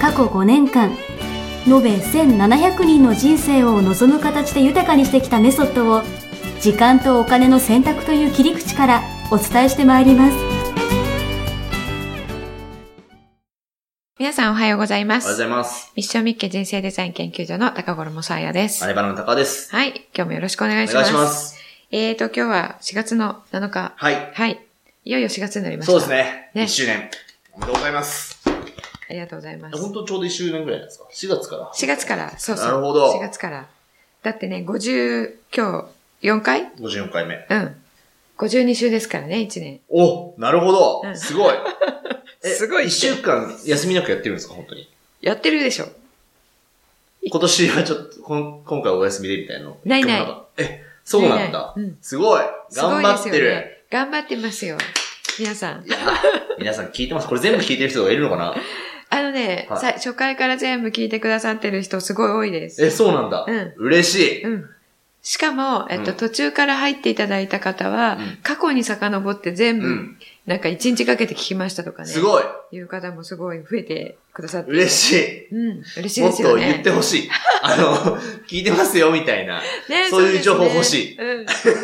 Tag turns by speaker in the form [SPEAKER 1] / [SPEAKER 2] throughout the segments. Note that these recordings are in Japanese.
[SPEAKER 1] 過去5年間延べ1700人の人生を望む形で豊かにしてきたメソッドを時間とお金の選択という切り口からお伝えしてまいります
[SPEAKER 2] 皆さんおはようございま
[SPEAKER 3] おはようご
[SPEAKER 2] す。
[SPEAKER 3] ざいます。
[SPEAKER 2] ミッションミッケ人生デザイン研究所の高頃もさやです。
[SPEAKER 3] アイバラの高です。
[SPEAKER 2] はい。今日もよろしくお願
[SPEAKER 3] お
[SPEAKER 2] いしま
[SPEAKER 3] 願い
[SPEAKER 2] す。
[SPEAKER 3] します。
[SPEAKER 2] えーと、今日は4月の7日。
[SPEAKER 3] はい。
[SPEAKER 2] はい。いよいよ4月になりました。
[SPEAKER 3] そうです。ね。
[SPEAKER 2] ね
[SPEAKER 3] 1周年。おめでとうございます。
[SPEAKER 2] ありがとうございます。
[SPEAKER 3] 本当ちょうど1周年ぐらいなんですか ?4 月から。
[SPEAKER 2] 4月から、そうそう。
[SPEAKER 3] なるほど
[SPEAKER 2] 4月から。だってね、50、今日、4回
[SPEAKER 3] 54回目。
[SPEAKER 2] うん。52週ですからね、1年。
[SPEAKER 3] おなるほ
[SPEAKER 2] うん
[SPEAKER 3] ど すごい
[SPEAKER 2] すごいって
[SPEAKER 3] 1週間休みなくやってるんですか本当に。
[SPEAKER 2] やってるでしょ。
[SPEAKER 3] 今年はちょっと、こん今回お休みでみたいなの。
[SPEAKER 2] ないない
[SPEAKER 3] でもんか。え、そうなんだ
[SPEAKER 2] ないないうん。
[SPEAKER 3] すごい
[SPEAKER 2] すご
[SPEAKER 3] 頑
[SPEAKER 2] いで
[SPEAKER 3] 張
[SPEAKER 2] す
[SPEAKER 3] っ
[SPEAKER 2] よ
[SPEAKER 3] てる。
[SPEAKER 2] ね。頑張ってますよ。皆さん
[SPEAKER 3] い。や皆さん聞いてますこれ全部聞いてる人がいるのかな
[SPEAKER 2] あのね、
[SPEAKER 3] はい
[SPEAKER 2] さ初回から全部聞いてくださってる人すごい多いです。
[SPEAKER 3] え、そうなんだ
[SPEAKER 2] うん。
[SPEAKER 3] 嬉しい。
[SPEAKER 2] うん。しかも、えっと、
[SPEAKER 3] うん
[SPEAKER 2] 途中から入っていただいた方は、
[SPEAKER 3] うん
[SPEAKER 2] 過去に遡って全部、
[SPEAKER 3] うん。
[SPEAKER 2] なんか一日かけて聞きましたとかね。
[SPEAKER 3] すごい
[SPEAKER 2] いう方もすごい増えてくださって。
[SPEAKER 3] 嬉
[SPEAKER 2] し
[SPEAKER 3] しい
[SPEAKER 2] い。うん。嬉しい
[SPEAKER 3] も
[SPEAKER 2] で
[SPEAKER 3] っ
[SPEAKER 2] すよ
[SPEAKER 3] と
[SPEAKER 2] ね。
[SPEAKER 3] 言ってほしい。 あの、聞いてますよ、みたいな。
[SPEAKER 2] ね
[SPEAKER 3] そういう情報欲しい
[SPEAKER 2] そうですね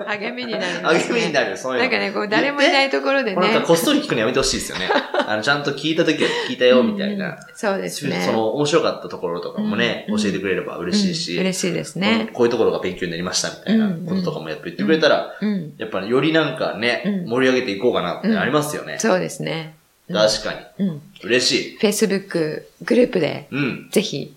[SPEAKER 2] うん。励みになる、
[SPEAKER 3] あげみになる、そういう
[SPEAKER 2] なん
[SPEAKER 3] の。
[SPEAKER 2] かね、こう、誰もいないところでね。
[SPEAKER 3] なんかこっそり聞くのやめてほしいですよ ね。あの、ちゃんと聞いた時は聞いたよ、みた
[SPEAKER 2] う
[SPEAKER 3] い
[SPEAKER 2] んうん
[SPEAKER 3] な。
[SPEAKER 2] そうですね。
[SPEAKER 3] その、面白かったところとかもね、
[SPEAKER 2] うん
[SPEAKER 3] 教えてくれれば嬉しいし、
[SPEAKER 2] うん嬉しいです
[SPEAKER 3] こ
[SPEAKER 2] ね。
[SPEAKER 3] うこういうところが勉強になりました、みたいなこととかもやっぱ言ってくれたら、
[SPEAKER 2] うん。
[SPEAKER 3] やっぱりよりなんかね、
[SPEAKER 2] うん
[SPEAKER 3] 盛り上げていこうかなってありますよね。
[SPEAKER 2] そうですね。うん
[SPEAKER 3] 確かに。
[SPEAKER 2] うん。
[SPEAKER 3] 嬉しい。
[SPEAKER 2] Facebook グループで、
[SPEAKER 3] うん。
[SPEAKER 2] ぜひ。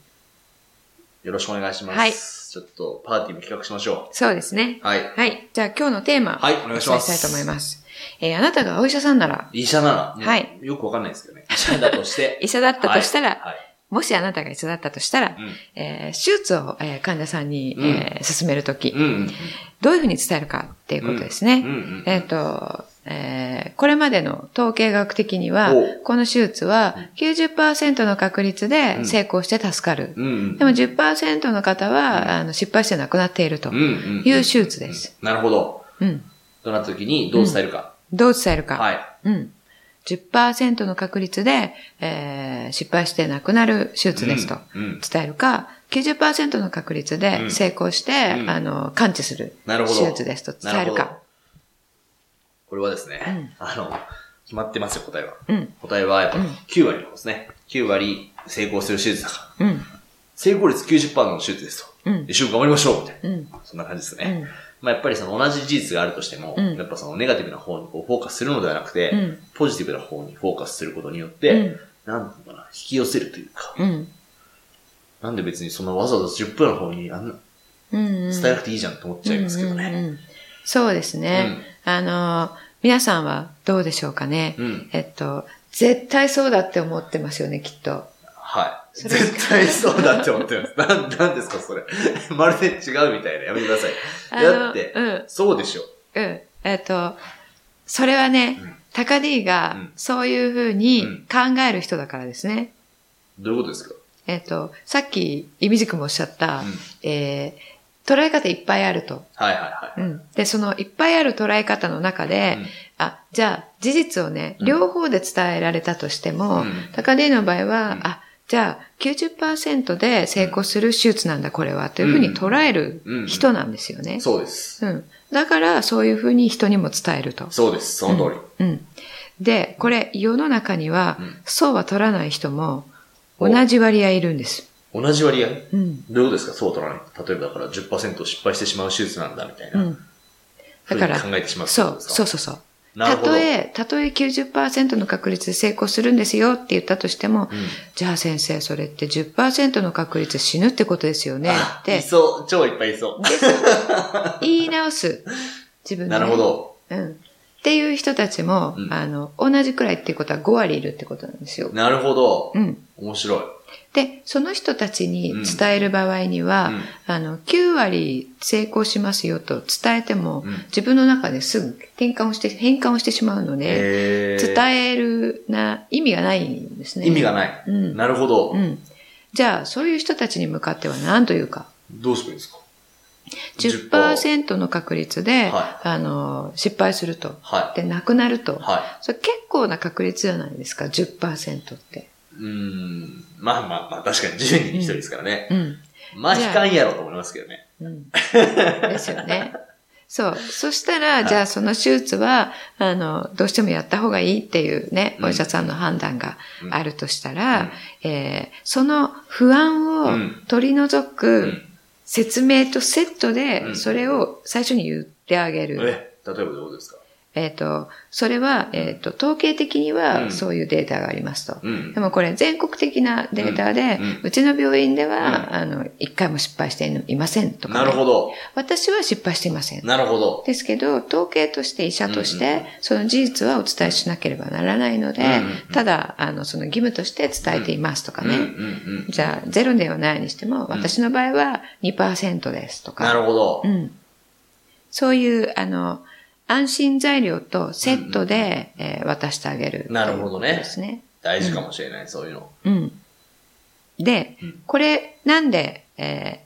[SPEAKER 3] よろしくお願いします。
[SPEAKER 2] はい
[SPEAKER 3] ちょっと、パーティーも企画しましょ
[SPEAKER 2] そうですね。
[SPEAKER 3] う。はい。
[SPEAKER 2] はい。じゃあ今日のテーマ。
[SPEAKER 3] はいお願いします
[SPEAKER 2] お伝えしたいと思います。えーあなたがお医者さんなら、
[SPEAKER 3] 医者なら、
[SPEAKER 2] はい
[SPEAKER 3] よくわかんないですけどね。医者だと して。
[SPEAKER 2] 医者だったとしたら、
[SPEAKER 3] はい
[SPEAKER 2] もしあなたが医者だったとしたら、
[SPEAKER 3] はい
[SPEAKER 2] えー手術を、えー患者さんに、
[SPEAKER 3] うん
[SPEAKER 2] えー進めるとき、
[SPEAKER 3] うん。うん。
[SPEAKER 2] どういうふうに伝えるかっていうことですね。
[SPEAKER 3] うんうん
[SPEAKER 2] えっ、と、えーこれまでの統計学的には
[SPEAKER 3] お、
[SPEAKER 2] この手術は90%の確率
[SPEAKER 3] う
[SPEAKER 2] で
[SPEAKER 3] ん
[SPEAKER 2] 成功して助かる。
[SPEAKER 3] うんうん。
[SPEAKER 2] でも10%の方は、あの失敗して亡くなっていると
[SPEAKER 3] うん
[SPEAKER 2] いう
[SPEAKER 3] う
[SPEAKER 2] 手
[SPEAKER 3] ん。
[SPEAKER 2] 術です。
[SPEAKER 3] なるほど。
[SPEAKER 2] うん。
[SPEAKER 3] となった時にどう伝えるか。
[SPEAKER 2] どう伝えるか。
[SPEAKER 3] はい。
[SPEAKER 2] うん。10%の確率で、えー失敗して亡くなる手術ですと
[SPEAKER 3] うんうん
[SPEAKER 2] 伝えるか、90%の確率
[SPEAKER 3] う
[SPEAKER 2] で
[SPEAKER 3] ん
[SPEAKER 2] 成功して、
[SPEAKER 3] うん
[SPEAKER 2] あの、完治する
[SPEAKER 3] な
[SPEAKER 2] 手
[SPEAKER 3] るほど。
[SPEAKER 2] 術ですと伝える
[SPEAKER 3] なほ
[SPEAKER 2] か
[SPEAKER 3] ど。。これはですね、あの、決まってますよ、答えは。
[SPEAKER 2] うん。
[SPEAKER 3] 答えはやっぱ
[SPEAKER 2] うん
[SPEAKER 3] 9割の方ですね。9割成功する手術だから。
[SPEAKER 2] うん。
[SPEAKER 3] 成功率90%の手術ですと。
[SPEAKER 2] うん
[SPEAKER 3] 一週間頑張りましょうみたいな。
[SPEAKER 2] うん。
[SPEAKER 3] そんな感じです
[SPEAKER 2] う
[SPEAKER 3] ね。
[SPEAKER 2] ん。
[SPEAKER 3] まあやっぱりその同じ事実があるとしても、
[SPEAKER 2] うん
[SPEAKER 3] やっぱそのネガティブな方にこうフォーカスするのではなくて、
[SPEAKER 2] うん
[SPEAKER 3] ポジティブな方にフォーカスすることによっ
[SPEAKER 2] う
[SPEAKER 3] て、
[SPEAKER 2] ん。
[SPEAKER 3] なんていうのかな、引き寄せるというか、
[SPEAKER 2] うん。
[SPEAKER 3] なんで別にそのわざわざ10分の方にあんな
[SPEAKER 2] うん。
[SPEAKER 3] 伝えなくていいじゃんって思っちゃいますけど
[SPEAKER 2] うんうん
[SPEAKER 3] ね。
[SPEAKER 2] うんそうですね。あの、皆さんはどうでしょうかね。
[SPEAKER 3] うん。
[SPEAKER 2] えっと、絶対そうだって思ってますよね、きっと。
[SPEAKER 3] はい。
[SPEAKER 2] それしか
[SPEAKER 3] 絶対そうだって思ってます。 なん、なんですかそれ。まるで違うみたいな。やめてくださ
[SPEAKER 2] あ
[SPEAKER 3] い。
[SPEAKER 2] の
[SPEAKER 3] だって、
[SPEAKER 2] うん
[SPEAKER 3] そうでしょ。
[SPEAKER 2] うん。えっ、と、それはね、
[SPEAKER 3] うん
[SPEAKER 2] タカ D が
[SPEAKER 3] うん
[SPEAKER 2] そういうふうに考える人だからですね。
[SPEAKER 3] どういうことですか
[SPEAKER 2] えっ、と、さっき、イミジ君もおっしゃった、
[SPEAKER 3] うん
[SPEAKER 2] えー捉え方いっぱいあると。
[SPEAKER 3] はいはいは
[SPEAKER 2] うん。で、そのいっぱいある捉え方の中で、
[SPEAKER 3] い。うん
[SPEAKER 2] あ、じゃあ、事実をね、
[SPEAKER 3] うん
[SPEAKER 2] 両方で伝えられたとしても、
[SPEAKER 3] うん
[SPEAKER 2] タカ D の場合は、
[SPEAKER 3] うん
[SPEAKER 2] あ、じゃあ、90%で成功する手術なんだ、これは、というふうに捉える人なんですよね。
[SPEAKER 3] そうです。
[SPEAKER 2] うん。だから、そういうふうに人にも伝えると。
[SPEAKER 3] そうです。その通り。
[SPEAKER 2] うん。で、これ、世の中には、
[SPEAKER 3] うん
[SPEAKER 2] そうは取らない人も、
[SPEAKER 3] お
[SPEAKER 2] 同じ割合いるんです。
[SPEAKER 3] 同じ割合
[SPEAKER 2] うん。
[SPEAKER 3] どういうことですかそう取らない。例えばだから10%失敗してしまう手術なんだみたいうな。
[SPEAKER 2] ん。だから、
[SPEAKER 3] ふうに考えてしまうって
[SPEAKER 2] そ
[SPEAKER 3] こと
[SPEAKER 2] う、
[SPEAKER 3] ですか
[SPEAKER 2] そうそうそう。
[SPEAKER 3] な
[SPEAKER 2] た
[SPEAKER 3] るほど。
[SPEAKER 2] とえ、たとえ90%の確率で成功するんですよって言ったとしても、
[SPEAKER 3] うん
[SPEAKER 2] じゃあ先生、それって10%の確率で死ぬってことですよね
[SPEAKER 3] あ
[SPEAKER 2] って
[SPEAKER 3] い、そう。超いっぱいいそ
[SPEAKER 2] で言い直す。自分
[SPEAKER 3] う。
[SPEAKER 2] で
[SPEAKER 3] なるほど。
[SPEAKER 2] うん。っていう人たちも、
[SPEAKER 3] うん
[SPEAKER 2] あの、同じくらいっていうことは5割いるってことなんですよ。
[SPEAKER 3] なるほど。
[SPEAKER 2] うん。
[SPEAKER 3] 面白い。
[SPEAKER 2] で、その人たちに伝える場合には、
[SPEAKER 3] うん
[SPEAKER 2] あの、9割成功しますよと伝えても、
[SPEAKER 3] うん
[SPEAKER 2] 自分の中ですぐ転換をして、変換をしてしまうので、
[SPEAKER 3] えー
[SPEAKER 2] 伝えるな、意味がないんですね。
[SPEAKER 3] 意味がない。
[SPEAKER 2] うん。
[SPEAKER 3] なるほど
[SPEAKER 2] う。ん。じゃあ、そういう人たちに向かっては何というか、
[SPEAKER 3] どうすればいいんですか
[SPEAKER 2] 10%の確率で、
[SPEAKER 3] は
[SPEAKER 2] あの、失敗すると。
[SPEAKER 3] は
[SPEAKER 2] で、なくなると。
[SPEAKER 3] い。は
[SPEAKER 2] それ結構な確率じゃないですか、10%って。
[SPEAKER 3] い。うーん。まあまあまあ、確かに10人に1人ですからね。
[SPEAKER 2] うん。
[SPEAKER 3] まあ、
[SPEAKER 2] じ
[SPEAKER 3] 悲
[SPEAKER 2] ゃあ
[SPEAKER 3] 観やろうと思いますけどね。
[SPEAKER 2] うん。ですよね。そう。そしたら、じゃあその手術は、あの、どうしてもやった方がいいっていうね、
[SPEAKER 3] うん
[SPEAKER 2] お医者さんの判断が
[SPEAKER 3] うん
[SPEAKER 2] あるとしたら、えーその不安
[SPEAKER 3] う
[SPEAKER 2] を
[SPEAKER 3] ん
[SPEAKER 2] 取り除
[SPEAKER 3] う
[SPEAKER 2] く
[SPEAKER 3] ん。
[SPEAKER 2] 説明とセットで、
[SPEAKER 3] うん
[SPEAKER 2] それを最初に言ってあげ
[SPEAKER 3] え、例
[SPEAKER 2] る。
[SPEAKER 3] えばどういうことですか
[SPEAKER 2] えっ、と、それは、えっ、と、統計的に
[SPEAKER 3] う
[SPEAKER 2] は
[SPEAKER 3] ん
[SPEAKER 2] そういうデータがありますと。
[SPEAKER 3] うん
[SPEAKER 2] で。もこれ全国的なデータで、
[SPEAKER 3] う
[SPEAKER 2] うん
[SPEAKER 3] うん
[SPEAKER 2] ちの病院で
[SPEAKER 3] うん
[SPEAKER 2] は、あの、一回も失敗していませんとかね、
[SPEAKER 3] なるほど。
[SPEAKER 2] 私は失敗していません。
[SPEAKER 3] なるほど。
[SPEAKER 2] ですけど、統計として医者とし
[SPEAKER 3] うんうん
[SPEAKER 2] て、その事実はお伝えしなければならないので
[SPEAKER 3] うんうんうん、
[SPEAKER 2] ただ、あの、その義務として伝えていますとか
[SPEAKER 3] うんうん
[SPEAKER 2] ね。
[SPEAKER 3] うん。
[SPEAKER 2] じゃあ、ゼロではないにしても、私の場合は2%ですと
[SPEAKER 3] な
[SPEAKER 2] か。
[SPEAKER 3] るほど
[SPEAKER 2] う。ん。そういう、あの、安心材料とセットで、えー渡してあげる。
[SPEAKER 3] なるほどね
[SPEAKER 2] ですね。
[SPEAKER 3] 大事かもしれない、そういうの。
[SPEAKER 2] うん。で
[SPEAKER 3] うん、
[SPEAKER 2] これなんで、えー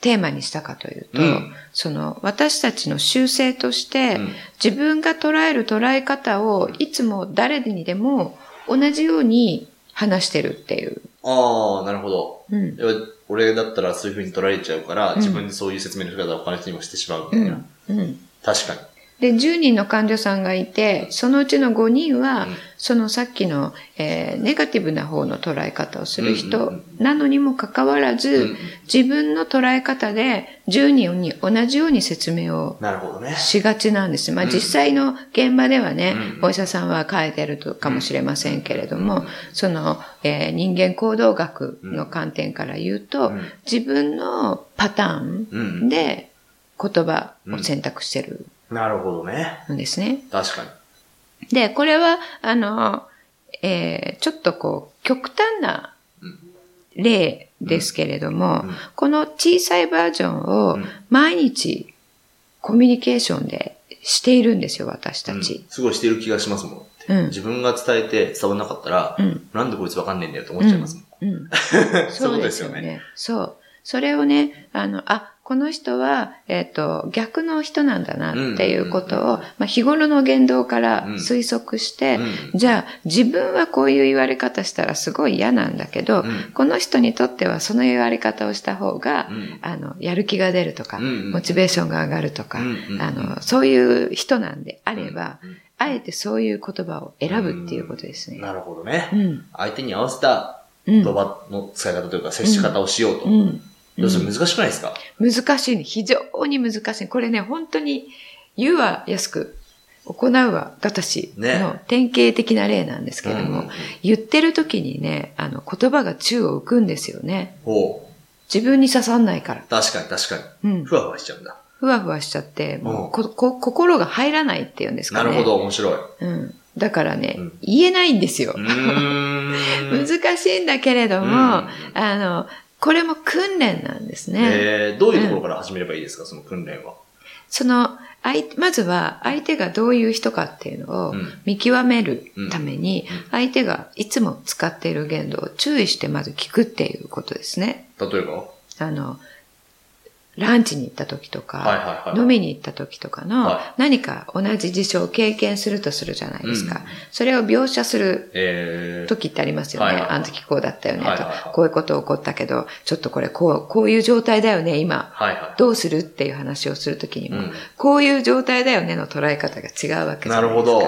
[SPEAKER 2] テーマにしたかというと、
[SPEAKER 3] うん
[SPEAKER 2] その私たちの習性として、
[SPEAKER 3] うん
[SPEAKER 2] 自分が捉える捉え方をいつも誰にでも同じように話してるっていう。
[SPEAKER 3] ああ、なるほど。
[SPEAKER 2] うん。
[SPEAKER 3] 要は俺だったらそういう風に取られちゃうから、
[SPEAKER 2] ん
[SPEAKER 3] 自分でそういう説明の仕方を他の人にもしてしまうみ
[SPEAKER 2] う
[SPEAKER 3] たいな。
[SPEAKER 2] ん。うん。
[SPEAKER 3] 確かに。
[SPEAKER 2] で、10人の患者さんがいて、そのうちの5人は、
[SPEAKER 3] うん
[SPEAKER 2] そのさっきの、えーネガティブな方の捉え方をする
[SPEAKER 3] うんう
[SPEAKER 2] 人
[SPEAKER 3] ん
[SPEAKER 2] なのにもかかわらず、
[SPEAKER 3] うんうん
[SPEAKER 2] 自分の捉え方で10人に同じように説明を
[SPEAKER 3] なるほどね。
[SPEAKER 2] しがちなんです。まあ
[SPEAKER 3] うん
[SPEAKER 2] 実際の現場ではね、
[SPEAKER 3] うん
[SPEAKER 2] お医者さんは変えてるとかもしれませんけれども、その、えー人間行動学の観点から言うと、
[SPEAKER 3] うん
[SPEAKER 2] 自分のパター
[SPEAKER 3] う
[SPEAKER 2] ン
[SPEAKER 3] ん。
[SPEAKER 2] で言葉を選択してる
[SPEAKER 3] なるほどね。
[SPEAKER 2] んですね。
[SPEAKER 3] 確かに。
[SPEAKER 2] で、これは、あの、えーちょっとこう、極端な例ですけれども、
[SPEAKER 3] うん
[SPEAKER 2] この小さいバージョンを
[SPEAKER 3] うん
[SPEAKER 2] 毎日コミュニケーションでしているんですよ、私た
[SPEAKER 3] うん
[SPEAKER 2] ち。
[SPEAKER 3] すごいしてる気がしますもん。
[SPEAKER 2] うん。
[SPEAKER 3] 自分が伝えて伝わんなかったら、
[SPEAKER 2] うん。
[SPEAKER 3] なんでこいつわかんねえんだよと思っちゃいますもん。
[SPEAKER 2] うん。
[SPEAKER 3] そうい
[SPEAKER 2] そう
[SPEAKER 3] こ
[SPEAKER 2] う
[SPEAKER 3] とで
[SPEAKER 2] ですす
[SPEAKER 3] よ
[SPEAKER 2] よ
[SPEAKER 3] ね
[SPEAKER 2] ね。そう。それをね、あの、あ、この人は、えっ、と、逆の人なんだなっていうことを、
[SPEAKER 3] うんうんうん
[SPEAKER 2] まあ、日頃の言動から
[SPEAKER 3] うん
[SPEAKER 2] 推測して、
[SPEAKER 3] うん
[SPEAKER 2] じゃあ、自分はこういう言われ方したらすごい嫌なんだけど、
[SPEAKER 3] うん
[SPEAKER 2] この人にとってはその言われ方をした方が、
[SPEAKER 3] うん
[SPEAKER 2] あの、やる気が出るとか、
[SPEAKER 3] うんうん
[SPEAKER 2] モチベーションが上がるとか、
[SPEAKER 3] うんうんうん
[SPEAKER 2] あの、そういう人なんであれば、
[SPEAKER 3] うん
[SPEAKER 2] あえてそういう言葉を選ぶっていうことですね。
[SPEAKER 3] なるほどね。
[SPEAKER 2] うん。
[SPEAKER 3] 相手に合わせた
[SPEAKER 2] うん。
[SPEAKER 3] 言葉の使い方というか、接し方をしようと。
[SPEAKER 2] うん。
[SPEAKER 3] 要するに難しくないですか、
[SPEAKER 2] 難しいね。非常に難しい。これね、本当に、言うは安く、行うはがたし
[SPEAKER 3] ね
[SPEAKER 2] の典型的な例なんですけれども、
[SPEAKER 3] うん
[SPEAKER 2] 言ってる時にね、あの、言葉が宙を浮くんですよね。
[SPEAKER 3] ほ
[SPEAKER 2] 自分に刺さんないから
[SPEAKER 3] う。。確かに確かに。
[SPEAKER 2] うん。
[SPEAKER 3] ふわふわしちゃうんだ。
[SPEAKER 2] ふわふわしちゃって、
[SPEAKER 3] う
[SPEAKER 2] も
[SPEAKER 3] ん
[SPEAKER 2] うこ、こ、心が入らないっていうんですか
[SPEAKER 3] な
[SPEAKER 2] ね。
[SPEAKER 3] るほ。ど、面白い。う
[SPEAKER 2] うん。だからね、
[SPEAKER 3] うん
[SPEAKER 2] 言えないんですよ。
[SPEAKER 3] ーん。
[SPEAKER 2] 難しいんだけれども、
[SPEAKER 3] うん
[SPEAKER 2] あの、これも訓練なんですね。
[SPEAKER 3] えー、どういうところから始めればいいですか、その訓練は。
[SPEAKER 2] その、相手まずは相手がどういう人かっていうの
[SPEAKER 3] う
[SPEAKER 2] を
[SPEAKER 3] ん
[SPEAKER 2] 見極めるために
[SPEAKER 3] うんうん、
[SPEAKER 2] 相手がいつも使っている言動を注意してまず聞くっていうことですね。
[SPEAKER 3] 例えば
[SPEAKER 2] あの、ランチに行った時と
[SPEAKER 3] はい
[SPEAKER 2] か、
[SPEAKER 3] はいはい。
[SPEAKER 2] 飲みに行った時とかの
[SPEAKER 3] は
[SPEAKER 2] 何か同じ事象を経験するとするじゃないです
[SPEAKER 3] うん
[SPEAKER 2] か。それを描写する
[SPEAKER 3] えー、
[SPEAKER 2] 時ってありますよ
[SPEAKER 3] は
[SPEAKER 2] ね。
[SPEAKER 3] いはいはい
[SPEAKER 2] あの時こうだったよねと、
[SPEAKER 3] はいはいはい
[SPEAKER 2] こういうこと起こったけど、ちょっとこれこう、こういう状態だよね、今。
[SPEAKER 3] はいはい。
[SPEAKER 2] どうするっていう話をするときに
[SPEAKER 3] う
[SPEAKER 2] も、
[SPEAKER 3] ん
[SPEAKER 2] こういう状態だよねの捉え方が違うわけじ
[SPEAKER 3] な
[SPEAKER 2] ゃないですか。
[SPEAKER 3] るほど。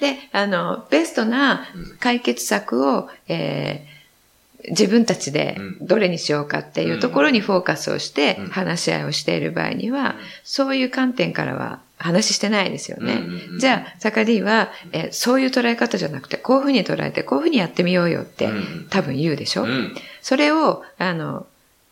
[SPEAKER 2] で、あの、ベストな解決策を、えー自分たちで
[SPEAKER 3] うん
[SPEAKER 2] どれにしようかっていうところにフォーカスをして
[SPEAKER 3] うん
[SPEAKER 2] 話し合いをしている場合には、そういう観点からは話してないですよね。
[SPEAKER 3] うんうんうん
[SPEAKER 2] じゃあ、サカディは、えーそういう捉え方じゃなくて、こういうふうに捉えて、こういうふうにやってみようよって、
[SPEAKER 3] うんうん
[SPEAKER 2] 多分言うでしょ、
[SPEAKER 3] うん。
[SPEAKER 2] それを、あの、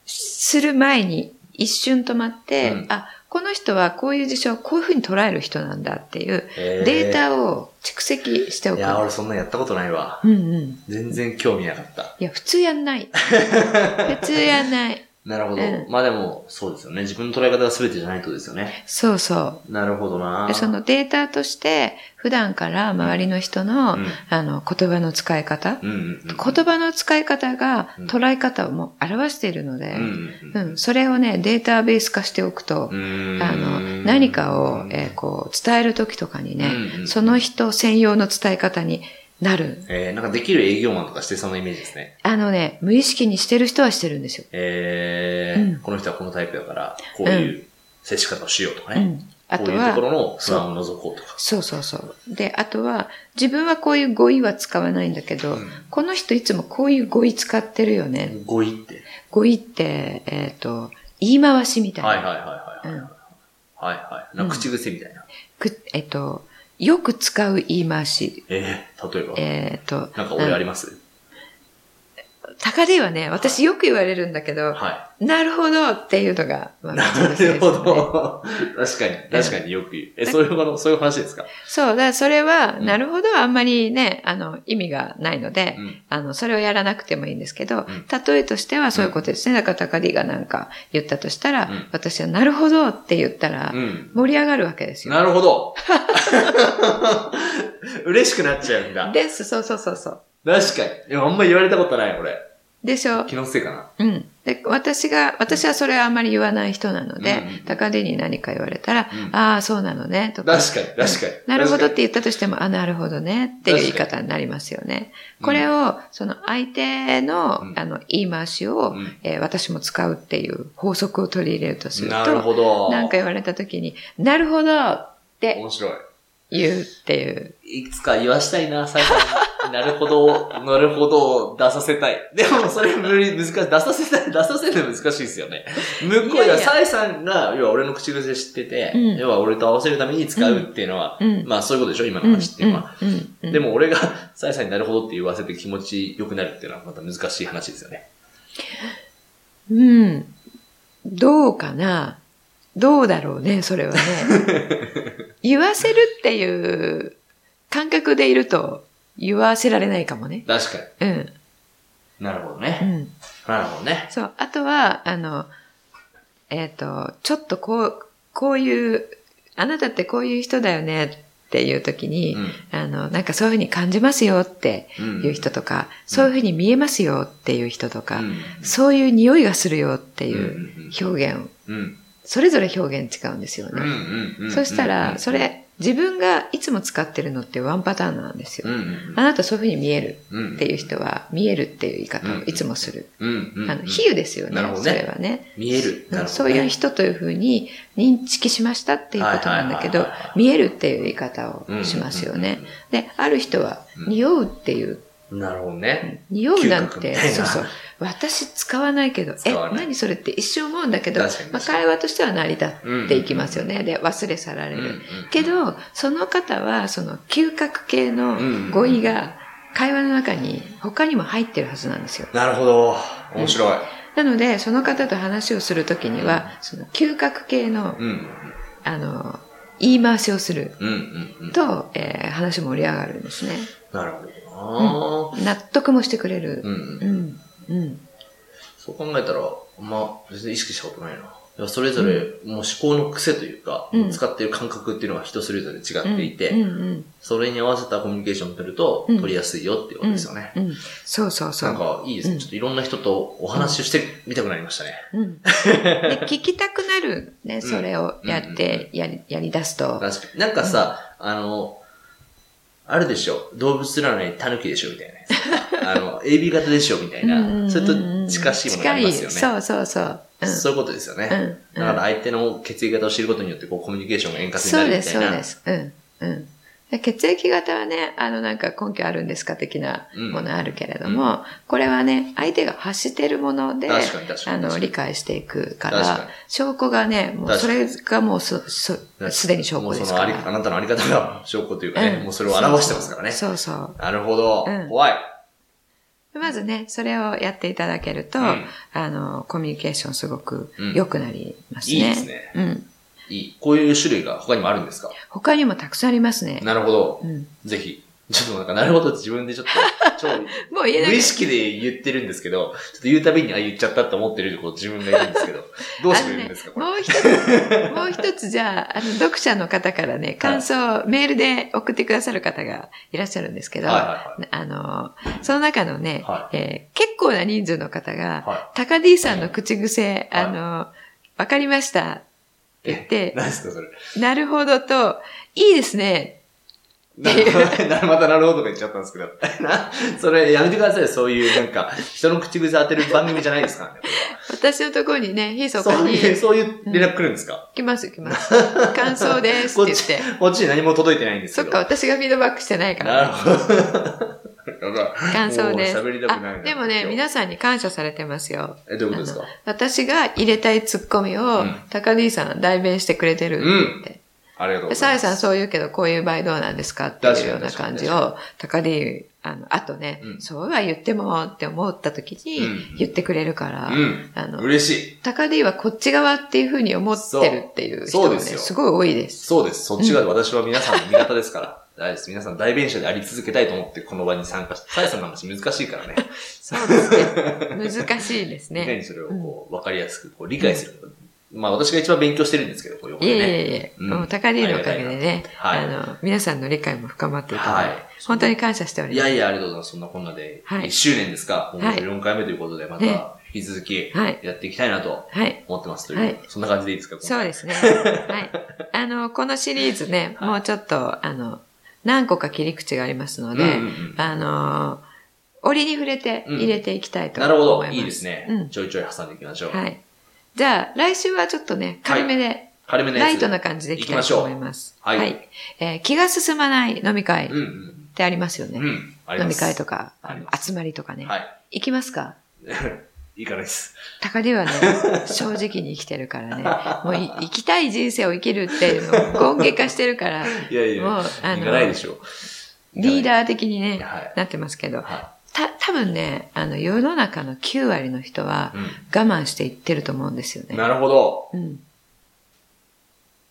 [SPEAKER 2] する前に一瞬止まって、
[SPEAKER 3] うん
[SPEAKER 2] あ、この人はこういう事象をこういうふうに捉える人なんだっていう
[SPEAKER 3] え
[SPEAKER 2] データを蓄積してお
[SPEAKER 3] い
[SPEAKER 2] く。
[SPEAKER 3] や、俺そんなんやったことないわ。
[SPEAKER 2] うんうん。
[SPEAKER 3] 全然興味なかった。
[SPEAKER 2] いや、普通やん ない。普通やんない。
[SPEAKER 3] なるほど。
[SPEAKER 2] うん
[SPEAKER 3] まあでも、そうですよね。自分の捉え方が全てじゃないとですよね。
[SPEAKER 2] そうそ
[SPEAKER 3] なるほ
[SPEAKER 2] う。
[SPEAKER 3] どな
[SPEAKER 2] でそのデータとして、普段から周りの人の、
[SPEAKER 3] うん。
[SPEAKER 2] あの、言葉の使い方、
[SPEAKER 3] うんうんうん。
[SPEAKER 2] 言葉の使い方が
[SPEAKER 3] うん
[SPEAKER 2] 捉え方をもう表しているので、
[SPEAKER 3] うんうん
[SPEAKER 2] うんそれをね、データベース化しておくと、
[SPEAKER 3] うん。
[SPEAKER 2] あの、何かを、えーこう、伝える時とかにね、
[SPEAKER 3] ね
[SPEAKER 2] その人専用の伝え方になる。
[SPEAKER 3] えー、なんかできる営業マンとかしてそうなイメージですね。
[SPEAKER 2] あのね、無意識にしてる人はしてるんですよ。
[SPEAKER 3] えー
[SPEAKER 2] うん
[SPEAKER 3] この人はこのタイプだから、こういう接し方をしようとか
[SPEAKER 2] う
[SPEAKER 3] ね。
[SPEAKER 2] ん。あ
[SPEAKER 3] ことういうとこ
[SPEAKER 2] は、
[SPEAKER 3] ろの不安を除こうとか。
[SPEAKER 2] そうそうそう。で、あとは、自分はこういう語彙は使わないんだけど、この人いつもこういう語彙使ってるよね。
[SPEAKER 3] 語彙って。
[SPEAKER 2] 語彙って、えっ、と、言い回しみたいな。
[SPEAKER 3] はいはいはいはい。
[SPEAKER 2] うん
[SPEAKER 3] はいはい。なんか口癖みたいな。
[SPEAKER 2] くえっと、よく使う言い回し。
[SPEAKER 3] えー、例えば。
[SPEAKER 2] えっと、
[SPEAKER 3] なんか俺あり
[SPEAKER 2] ま
[SPEAKER 3] ます、
[SPEAKER 2] す。高ではね、私よく言われるんだけど、
[SPEAKER 3] は
[SPEAKER 2] なるほどっていうのが、まあ
[SPEAKER 3] い。 なるほ。
[SPEAKER 2] 口癖ですよね
[SPEAKER 3] ど。確かに、確かによく言う。え、そういうの、そういう話ですか
[SPEAKER 2] そう、だからそれは、
[SPEAKER 3] うん
[SPEAKER 2] なるほどはあんまりね、あの、意味がないので、
[SPEAKER 3] うん。
[SPEAKER 2] あの、それをやらなくてもいいんですけど、
[SPEAKER 3] ん
[SPEAKER 2] 例えとしてはそういうことですね。だから高でがなんか言ったとしたら、
[SPEAKER 3] うん
[SPEAKER 2] 私はなるほどって言ったら
[SPEAKER 3] う、ん。
[SPEAKER 2] 盛り上がるわけですよ。
[SPEAKER 3] なる ほど。嬉しくなっちゃうんだ。
[SPEAKER 2] です、そうそうそうそう。
[SPEAKER 3] 確かに。でもあんま言われたことない、俺。
[SPEAKER 2] でしょ
[SPEAKER 3] 気のせいかな。
[SPEAKER 2] うん。で、私が、私はそれはあんまり言わない人なので、
[SPEAKER 3] うん
[SPEAKER 2] 高手に何か言われたら、
[SPEAKER 3] うん
[SPEAKER 2] ああ、そうなのね、とか。
[SPEAKER 3] 確かに、確かに。
[SPEAKER 2] なるほどっ
[SPEAKER 3] 確か
[SPEAKER 2] て言ったとしても、あ、なるほどねっていう言い方になりますよね。
[SPEAKER 3] うん
[SPEAKER 2] これを、その相手の、
[SPEAKER 3] うん
[SPEAKER 2] あの、言い回しを、
[SPEAKER 3] うん
[SPEAKER 2] えー私も使うっていう法則を取り入れるとす
[SPEAKER 3] に
[SPEAKER 2] る
[SPEAKER 3] なる
[SPEAKER 2] と、
[SPEAKER 3] ほど。
[SPEAKER 2] なんか言われた時に、なるほどって
[SPEAKER 3] 面白い。
[SPEAKER 2] 言うっていう。
[SPEAKER 3] いつか言わしたいな、最初に。なるほど、なるほど、出させたい。 でも、それ無理、難しい。出させたい、出させるの難しいですよね。向こう
[SPEAKER 2] いや
[SPEAKER 3] や、
[SPEAKER 2] いや
[SPEAKER 3] サイさんが、要は俺の口癖知ってて、
[SPEAKER 2] うん
[SPEAKER 3] 要は俺と合わせるために使うっていうのは、
[SPEAKER 2] うん
[SPEAKER 3] まあそういうことでしょ、今の
[SPEAKER 2] うん
[SPEAKER 3] 話っていうのは。
[SPEAKER 2] うんうん
[SPEAKER 3] でも俺が、サイさんになるほどって言わせて気持ち良くなるっていうのは、また難しい話ですよね。
[SPEAKER 2] うん。どうかなどうだろうね、それはね。言わせるっていう感覚でいると言わせられないかもね。
[SPEAKER 3] 確かに。
[SPEAKER 2] うん。
[SPEAKER 3] なるほど
[SPEAKER 2] う
[SPEAKER 3] ね。
[SPEAKER 2] ん。
[SPEAKER 3] なるほどね。
[SPEAKER 2] そう。あとは、あの、えっ、と、ちょっとこう、こういう、あなたってこういう人だよねっていう時に、あの、なんかそういうふうに感じますよって
[SPEAKER 3] うん
[SPEAKER 2] いう人とか、そういうふうに見えますよっていう人とか、
[SPEAKER 3] うん
[SPEAKER 2] そういう匂いがするよって
[SPEAKER 3] うん
[SPEAKER 2] いう表現
[SPEAKER 3] うんうん
[SPEAKER 2] それぞれ表現違うんですよ
[SPEAKER 3] うん
[SPEAKER 2] ね。
[SPEAKER 3] うんうん
[SPEAKER 2] そした
[SPEAKER 3] う
[SPEAKER 2] ら、
[SPEAKER 3] ん
[SPEAKER 2] それ、自分がいつも使ってるのってワンパターンなんです
[SPEAKER 3] う
[SPEAKER 2] よ。
[SPEAKER 3] ん
[SPEAKER 2] あなたそういうふうに見える
[SPEAKER 3] うん
[SPEAKER 2] っていう人は、見えるっていう言い方をいつもする。
[SPEAKER 3] うんうんうん
[SPEAKER 2] あの、比喩ですよね
[SPEAKER 3] なるほど。
[SPEAKER 2] そ
[SPEAKER 3] ね
[SPEAKER 2] れはね。
[SPEAKER 3] 見える。なるほどね
[SPEAKER 2] そういう人というふうに認識しましたっていうことなんだけど
[SPEAKER 3] はいはいはいは、い
[SPEAKER 2] 見えるっていう言い方をしますよね。。で、ある人は、
[SPEAKER 3] うん
[SPEAKER 2] 匂うっていう、
[SPEAKER 3] うんうんうんなるほどね。
[SPEAKER 2] 匂うなんて、
[SPEAKER 3] 嗅覚みたいな
[SPEAKER 2] そうそう。私使わないけど、え、
[SPEAKER 3] 使わない
[SPEAKER 2] 何それって一瞬思うんだけど、ま
[SPEAKER 3] 確かに
[SPEAKER 2] あ
[SPEAKER 3] 確かに
[SPEAKER 2] 会話としては成り立っていきますよね。で、忘れ去られ
[SPEAKER 3] うんう
[SPEAKER 2] る。
[SPEAKER 3] ん
[SPEAKER 2] けど、その方は、その嗅覚系の
[SPEAKER 3] うん
[SPEAKER 2] 語彙が会話の中に他にも入ってるはずなんですよ。
[SPEAKER 3] なるほど。面白い。
[SPEAKER 2] なので、その方と話をするときには、その嗅覚系の、
[SPEAKER 3] うん。
[SPEAKER 2] あの、言い回しをする
[SPEAKER 3] うんうんうん。
[SPEAKER 2] と、えー話盛り上がるんですね。
[SPEAKER 3] なるほどな
[SPEAKER 2] 納得もしてくれる。
[SPEAKER 3] うんうん
[SPEAKER 2] う。ん。うん。
[SPEAKER 3] そう考えたら、あんま別に意識したことないな。いやそれぞれ、もう思考の癖というか、
[SPEAKER 2] うん
[SPEAKER 3] 使ってる感覚っていうのが人それぞれ違っていて、
[SPEAKER 2] うんうん
[SPEAKER 3] それに合わせたコミュニケーションを取ると、
[SPEAKER 2] うん
[SPEAKER 3] 取りやすいよっていうことですよね。
[SPEAKER 2] うん。うん。そうそうそ
[SPEAKER 3] なん
[SPEAKER 2] う。
[SPEAKER 3] か、いいですね、
[SPEAKER 2] うん
[SPEAKER 3] ちょっといろんな人とお話をしてみたくなりましたね。
[SPEAKER 2] うん。で聞きたくなるね、それをやって、やり、やり出すと。
[SPEAKER 3] 確かに。なんかさ、あの、あるでしょ。動物占い、タヌキでしょみたいなや つ。あの、AB 型でしょみたい
[SPEAKER 2] うんうんうんう
[SPEAKER 3] な。
[SPEAKER 2] ん
[SPEAKER 3] それと近しいものがありますよね。
[SPEAKER 2] 近いそうそうそう。うん
[SPEAKER 3] そういうことですよね。
[SPEAKER 2] うん
[SPEAKER 3] だから相手の血液型を知ることによって、こう、コミュニケーションが円滑に
[SPEAKER 2] そ
[SPEAKER 3] な
[SPEAKER 2] う
[SPEAKER 3] る
[SPEAKER 2] で
[SPEAKER 3] み
[SPEAKER 2] す、
[SPEAKER 3] た
[SPEAKER 2] そ
[SPEAKER 3] いうな。
[SPEAKER 2] で。す。うん。うん。血液型はね、あのなんか根拠あるんですか的な
[SPEAKER 3] うん
[SPEAKER 2] ものあるけれども、これはね、相手が発しているもので、
[SPEAKER 3] 確かに確か
[SPEAKER 2] あ
[SPEAKER 3] に
[SPEAKER 2] の、
[SPEAKER 3] 確かに
[SPEAKER 2] 理解していくか
[SPEAKER 3] 確からに、
[SPEAKER 2] 証拠がね、もう
[SPEAKER 3] 確
[SPEAKER 2] そ
[SPEAKER 3] か
[SPEAKER 2] れがもうそそすでに証拠ですか
[SPEAKER 3] もうそのありあ
[SPEAKER 2] ら。
[SPEAKER 3] なたのあり方が証拠というかね、
[SPEAKER 2] ん
[SPEAKER 3] もうそれを表してますからね。
[SPEAKER 2] そうそう。
[SPEAKER 3] なるほど。
[SPEAKER 2] うん
[SPEAKER 3] 怖い。
[SPEAKER 2] まずね、それをやっていただけると、
[SPEAKER 3] うん
[SPEAKER 2] あの、コミュニケーションすごく
[SPEAKER 3] うん
[SPEAKER 2] 良くなりますね。
[SPEAKER 3] いいですね
[SPEAKER 2] うん。
[SPEAKER 3] いい。こういう種類が他にもあるんですか
[SPEAKER 2] 他にもたくさんありますね。
[SPEAKER 3] なるほど。
[SPEAKER 2] うん、
[SPEAKER 3] ぜひ。ちょっとなんか、なるほどって自分でちょっ と、超
[SPEAKER 2] もう言えな
[SPEAKER 3] 無
[SPEAKER 2] い
[SPEAKER 3] 意。識で言ってるんですけど、ちょっと言うたびに、あ、言っちゃったって思ってるこう自分がいるんですけど、どうしてくれるんですか、これ。
[SPEAKER 2] もう一つ、もう一つじゃあ、あの、読者の方からね、感想、メールで送ってくださる方がいらっしゃるんですけど、
[SPEAKER 3] はいは
[SPEAKER 2] あの、その中のね、
[SPEAKER 3] は
[SPEAKER 2] えー結構な人数の方
[SPEAKER 3] い
[SPEAKER 2] が、
[SPEAKER 3] はい。はい。
[SPEAKER 2] 高 D さんの口癖、あの、わかりましたって言って、
[SPEAKER 3] 何ですか、それ。
[SPEAKER 2] なるほどと、いいですね。
[SPEAKER 3] ななまたなるほどとか言っちゃったんですけど。 な、それやめてくださいよ。そういう、なんか、人の口癖当てる番組じゃないですからね。
[SPEAKER 2] 私のところにね、ひそ
[SPEAKER 3] そ
[SPEAKER 2] か
[SPEAKER 3] う
[SPEAKER 2] に、
[SPEAKER 3] いう、
[SPEAKER 2] 来
[SPEAKER 3] そういう連絡来るんですか、
[SPEAKER 2] ます来ます。感想ですって言って。
[SPEAKER 3] こっちに何も届いてないんです
[SPEAKER 2] そ
[SPEAKER 3] け
[SPEAKER 2] っ
[SPEAKER 3] ど。
[SPEAKER 2] か、私がフィードバックしてないから
[SPEAKER 3] なる
[SPEAKER 2] ね。
[SPEAKER 3] ほど。 やばい
[SPEAKER 2] 感想です。
[SPEAKER 3] もう喋りたくないな
[SPEAKER 2] あでもね、
[SPEAKER 3] 今日
[SPEAKER 2] 皆さんに感謝されてますよ。
[SPEAKER 3] え、どういうことですか
[SPEAKER 2] 私が入れたいツッコミを、
[SPEAKER 3] うん
[SPEAKER 2] 高 D さん代弁してくれてるって。
[SPEAKER 3] ありがとうご
[SPEAKER 2] で
[SPEAKER 3] ざ
[SPEAKER 2] さ
[SPEAKER 3] い
[SPEAKER 2] や
[SPEAKER 3] ます。
[SPEAKER 2] さんそう言うけど、こういう場合どうなんですかっていうような
[SPEAKER 3] 確か
[SPEAKER 2] 感
[SPEAKER 3] に
[SPEAKER 2] じを、高 D、あの、あとね、
[SPEAKER 3] うん
[SPEAKER 2] そうは言ってもって思った時
[SPEAKER 3] うん
[SPEAKER 2] に言ってくれるから、
[SPEAKER 3] うん。
[SPEAKER 2] あの、
[SPEAKER 3] 嬉しい。
[SPEAKER 2] 高 D はこっち側っていうふうに思ってるっていう人がね、
[SPEAKER 3] そうそうですよ
[SPEAKER 2] すごい多いです。
[SPEAKER 3] そうです。そっちが私は皆さんの味方ですから。 大丈夫です。皆さん代弁者であり続けたいと思ってこの場に参加して、さやさんの話難しいからね。
[SPEAKER 2] そう ですね。難しいです
[SPEAKER 3] いかに
[SPEAKER 2] ね。
[SPEAKER 3] それをこう、わかりやすくこう理解する。まあ私が一番勉強してるんですけど、こういうこ
[SPEAKER 2] い
[SPEAKER 3] と
[SPEAKER 2] え
[SPEAKER 3] ね。
[SPEAKER 2] いえいえ、
[SPEAKER 3] うん
[SPEAKER 2] もう高 D のおかげでね、
[SPEAKER 3] あ
[SPEAKER 2] あ
[SPEAKER 3] りがたいな
[SPEAKER 2] の、皆さんの理解も深まっていただいて、
[SPEAKER 3] はい
[SPEAKER 2] 本当に感謝しており
[SPEAKER 3] い
[SPEAKER 2] ま
[SPEAKER 3] や
[SPEAKER 2] す。
[SPEAKER 3] いや、ありがとうございます。そんなこんなで、
[SPEAKER 2] はい
[SPEAKER 3] 1周年ですか、今
[SPEAKER 2] はい
[SPEAKER 3] 後4回目ということで、ま
[SPEAKER 2] ね
[SPEAKER 3] た引き続き
[SPEAKER 2] はい
[SPEAKER 3] やっていきたいなと
[SPEAKER 2] はい。
[SPEAKER 3] 思ってますという、
[SPEAKER 2] はい
[SPEAKER 3] そんな感じでいいですか
[SPEAKER 2] そう
[SPEAKER 3] で
[SPEAKER 2] です ね。はい。あの、このシリーズね、
[SPEAKER 3] はい
[SPEAKER 2] もうちょっと、あの、何個か切り口がありますので、
[SPEAKER 3] うんうんうん
[SPEAKER 2] あの、折に触れて
[SPEAKER 3] うん
[SPEAKER 2] 入れていきたいと
[SPEAKER 3] な
[SPEAKER 2] 思い
[SPEAKER 3] る
[SPEAKER 2] ま
[SPEAKER 3] ほ
[SPEAKER 2] す。
[SPEAKER 3] ど。いいですね、
[SPEAKER 2] うん
[SPEAKER 3] ちょいちょい挟んでいきましょう。
[SPEAKER 2] はい。じゃあ、来週はちょっとね、軽めで、
[SPEAKER 3] 軽めのやつ。
[SPEAKER 2] ライトな感じでいきたいと思います。
[SPEAKER 3] 行きましょうはい
[SPEAKER 2] えー気が進まない飲み会っ
[SPEAKER 3] うんうん。
[SPEAKER 2] てありますよね。
[SPEAKER 3] うん。あり
[SPEAKER 2] 飲
[SPEAKER 3] ます。
[SPEAKER 2] み会とか、
[SPEAKER 3] あ
[SPEAKER 2] あ
[SPEAKER 3] り
[SPEAKER 2] の
[SPEAKER 3] ます
[SPEAKER 2] 集まりとかね。
[SPEAKER 3] はい。
[SPEAKER 2] 行きますか
[SPEAKER 3] いかないです。
[SPEAKER 2] 高では ね、正直に生きてるからね。もうい生きたい人生を生きるっていうのを根源化してるから、
[SPEAKER 3] いやいや、
[SPEAKER 2] もう、あ
[SPEAKER 3] いかないで
[SPEAKER 2] の、
[SPEAKER 3] しょう。
[SPEAKER 2] リーダー的にね、
[SPEAKER 3] はい
[SPEAKER 2] なってますけど、
[SPEAKER 3] は。
[SPEAKER 2] た、多分ね、あの、世の中の9割の人はい
[SPEAKER 3] う
[SPEAKER 2] 我慢していってると思うんですよ
[SPEAKER 3] ん。
[SPEAKER 2] ね。
[SPEAKER 3] なるほど。
[SPEAKER 2] うん。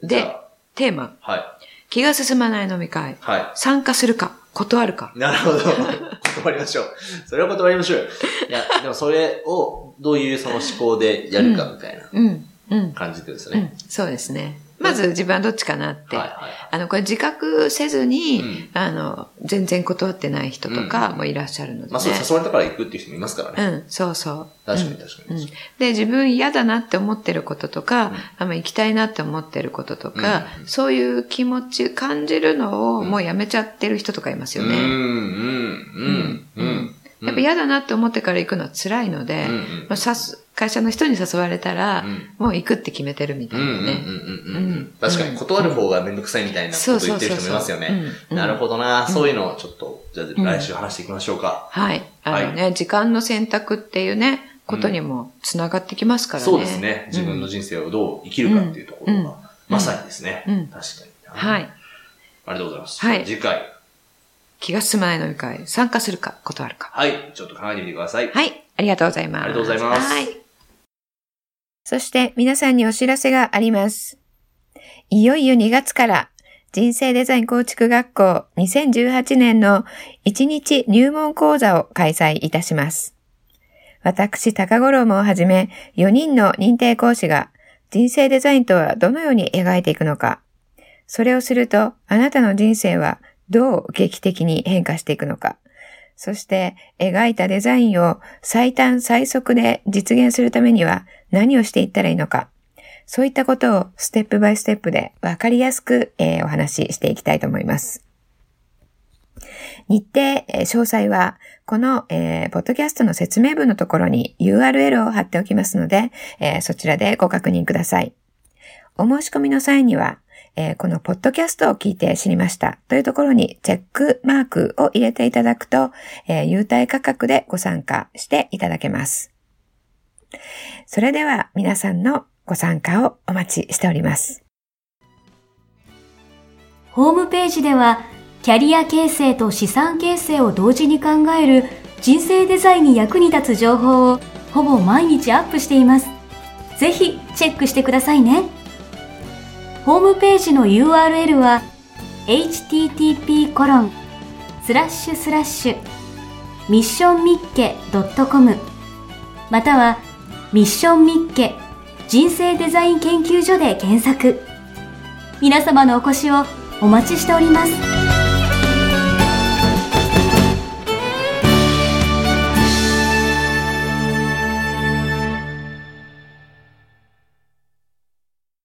[SPEAKER 3] じ
[SPEAKER 2] で、
[SPEAKER 3] ゃ
[SPEAKER 2] テーマ、
[SPEAKER 3] あはい。
[SPEAKER 2] 気が進まない飲み会。
[SPEAKER 3] は
[SPEAKER 2] 参加するか、断るか。
[SPEAKER 3] い。なるほど。 断りましょう。それを断りましょう。いや、でもそれをどういうその思考でやるかみたいな
[SPEAKER 2] うん、うん、
[SPEAKER 3] 感じですよ
[SPEAKER 2] う
[SPEAKER 3] ね。
[SPEAKER 2] ん、そうですね。まず自分はどっちかなって。
[SPEAKER 3] はいはいは
[SPEAKER 2] あの、これ自覚せずに、
[SPEAKER 3] うん
[SPEAKER 2] あの、全然断ってない人とかもいらっしゃるので、
[SPEAKER 3] い。
[SPEAKER 2] ね
[SPEAKER 3] まあそう、誘われたから行くっていう人もいますからね。
[SPEAKER 2] うん、そうそう。
[SPEAKER 3] 確かに確か
[SPEAKER 2] うん。う
[SPEAKER 3] に
[SPEAKER 2] ん。で、自分嫌だなって思ってることとか、あの、行きたいなって思ってることとか、
[SPEAKER 3] うん
[SPEAKER 2] そういう気持ち、感じるのを
[SPEAKER 3] うん
[SPEAKER 2] もうやめちゃってる人とかいます
[SPEAKER 3] う
[SPEAKER 2] よ
[SPEAKER 3] ん、う
[SPEAKER 2] ね。
[SPEAKER 3] ん、うん、うん。
[SPEAKER 2] やっぱ嫌だなって思ってから行くのは辛いの
[SPEAKER 3] う
[SPEAKER 2] で
[SPEAKER 3] ん、うん
[SPEAKER 2] まあさす会社の人に誘われたら、
[SPEAKER 3] うん
[SPEAKER 2] もう行くって決めてるみた
[SPEAKER 3] う
[SPEAKER 2] い
[SPEAKER 3] んうん
[SPEAKER 2] なね。
[SPEAKER 3] うんうんうん確かに断る方がめんどくさいみたいなこと言ってる人もいますよ
[SPEAKER 2] そうそうそう
[SPEAKER 3] ね
[SPEAKER 2] そうう。んうん
[SPEAKER 3] なるほどな。そういうのをちょっと、じゃあ来週話していきましょうか。
[SPEAKER 2] はい。あのね、時間の選択っていうね、ことにもつながってきますからね。
[SPEAKER 3] そうですね。
[SPEAKER 2] ん
[SPEAKER 3] 自分の人生をどう生きるかっていうところ
[SPEAKER 2] うんうん
[SPEAKER 3] が、まさにですね。
[SPEAKER 2] うん
[SPEAKER 3] 確かにな。
[SPEAKER 2] は
[SPEAKER 3] あ
[SPEAKER 2] い。
[SPEAKER 3] りがとうございます。
[SPEAKER 2] はい
[SPEAKER 3] 次回、
[SPEAKER 2] 気が進まない飲み会、参加するか、断るか。
[SPEAKER 3] はい、ちょっと考えてみてください。
[SPEAKER 2] はい。ありがとうございます。
[SPEAKER 3] ありがとうございます
[SPEAKER 2] はい。そして、皆さんにお知らせがあります。いよいよ2月から、人生デザイン構築学校2018年の1日入門講座を開催いたします。私、高五郎もはじめ、4人の認定講師が、人生デザインとはどのように描いていくのか、それをすると、あなたの人生はどう劇的に変化していくのか、そして描いたデザインを最短最速で実現するためには何をしていったらいいのか。そういったことをステップバイステップで分かりやすく、えーお話ししていきたいと思います。日程、えー詳細はこの、えーポッドキャストの説明文のところに URL を貼っておきますので、えーそちらでご確認ください。お申し込みの際には、えーこのポッドキャストを聞いて知りましたというところにチェックマークを入れていただくと、えー優待価格でご参加していただけます。それでは皆さんのご参加をお待ちしております。
[SPEAKER 1] ホームページでは、キャリア形成と資産形成を同時に考える人生デザインに役に立つ情報をほぼ毎日アップしています。ぜひチェックしてくださいね。ホームページの URL は http コロンスラッシュスラッシュミッションミッケ .com またはミッションミッケ人生デザイン研究所で検索皆様のお越しをお待ちしております